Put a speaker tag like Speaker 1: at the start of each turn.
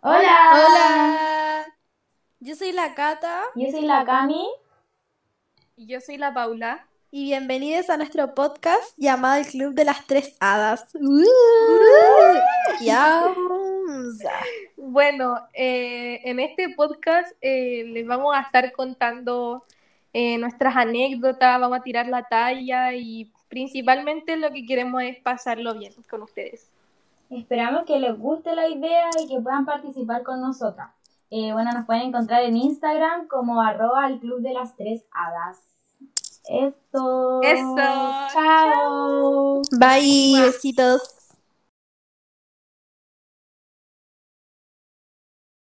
Speaker 1: Hola.
Speaker 2: Hola. Yo soy la Cata
Speaker 1: Yo soy la Cami.
Speaker 3: Y yo soy la Paula.
Speaker 2: y bienvenidos a nuestro podcast llamado El Club de las Tres Hadas. ¡Uh! Yauza.
Speaker 3: Bueno, eh, en este podcast eh, les vamos a estar contando eh, nuestras anécdotas, vamos a tirar la talla y principalmente lo que queremos es pasarlo bien con ustedes.
Speaker 1: Esperamos que les guste la idea y que puedan participar con nosotras. Eh, bueno, nos pueden encontrar en Instagram como arroba al club de las tres hadas. Esto.
Speaker 3: Eso.
Speaker 1: Chao.
Speaker 2: Bye, besitos.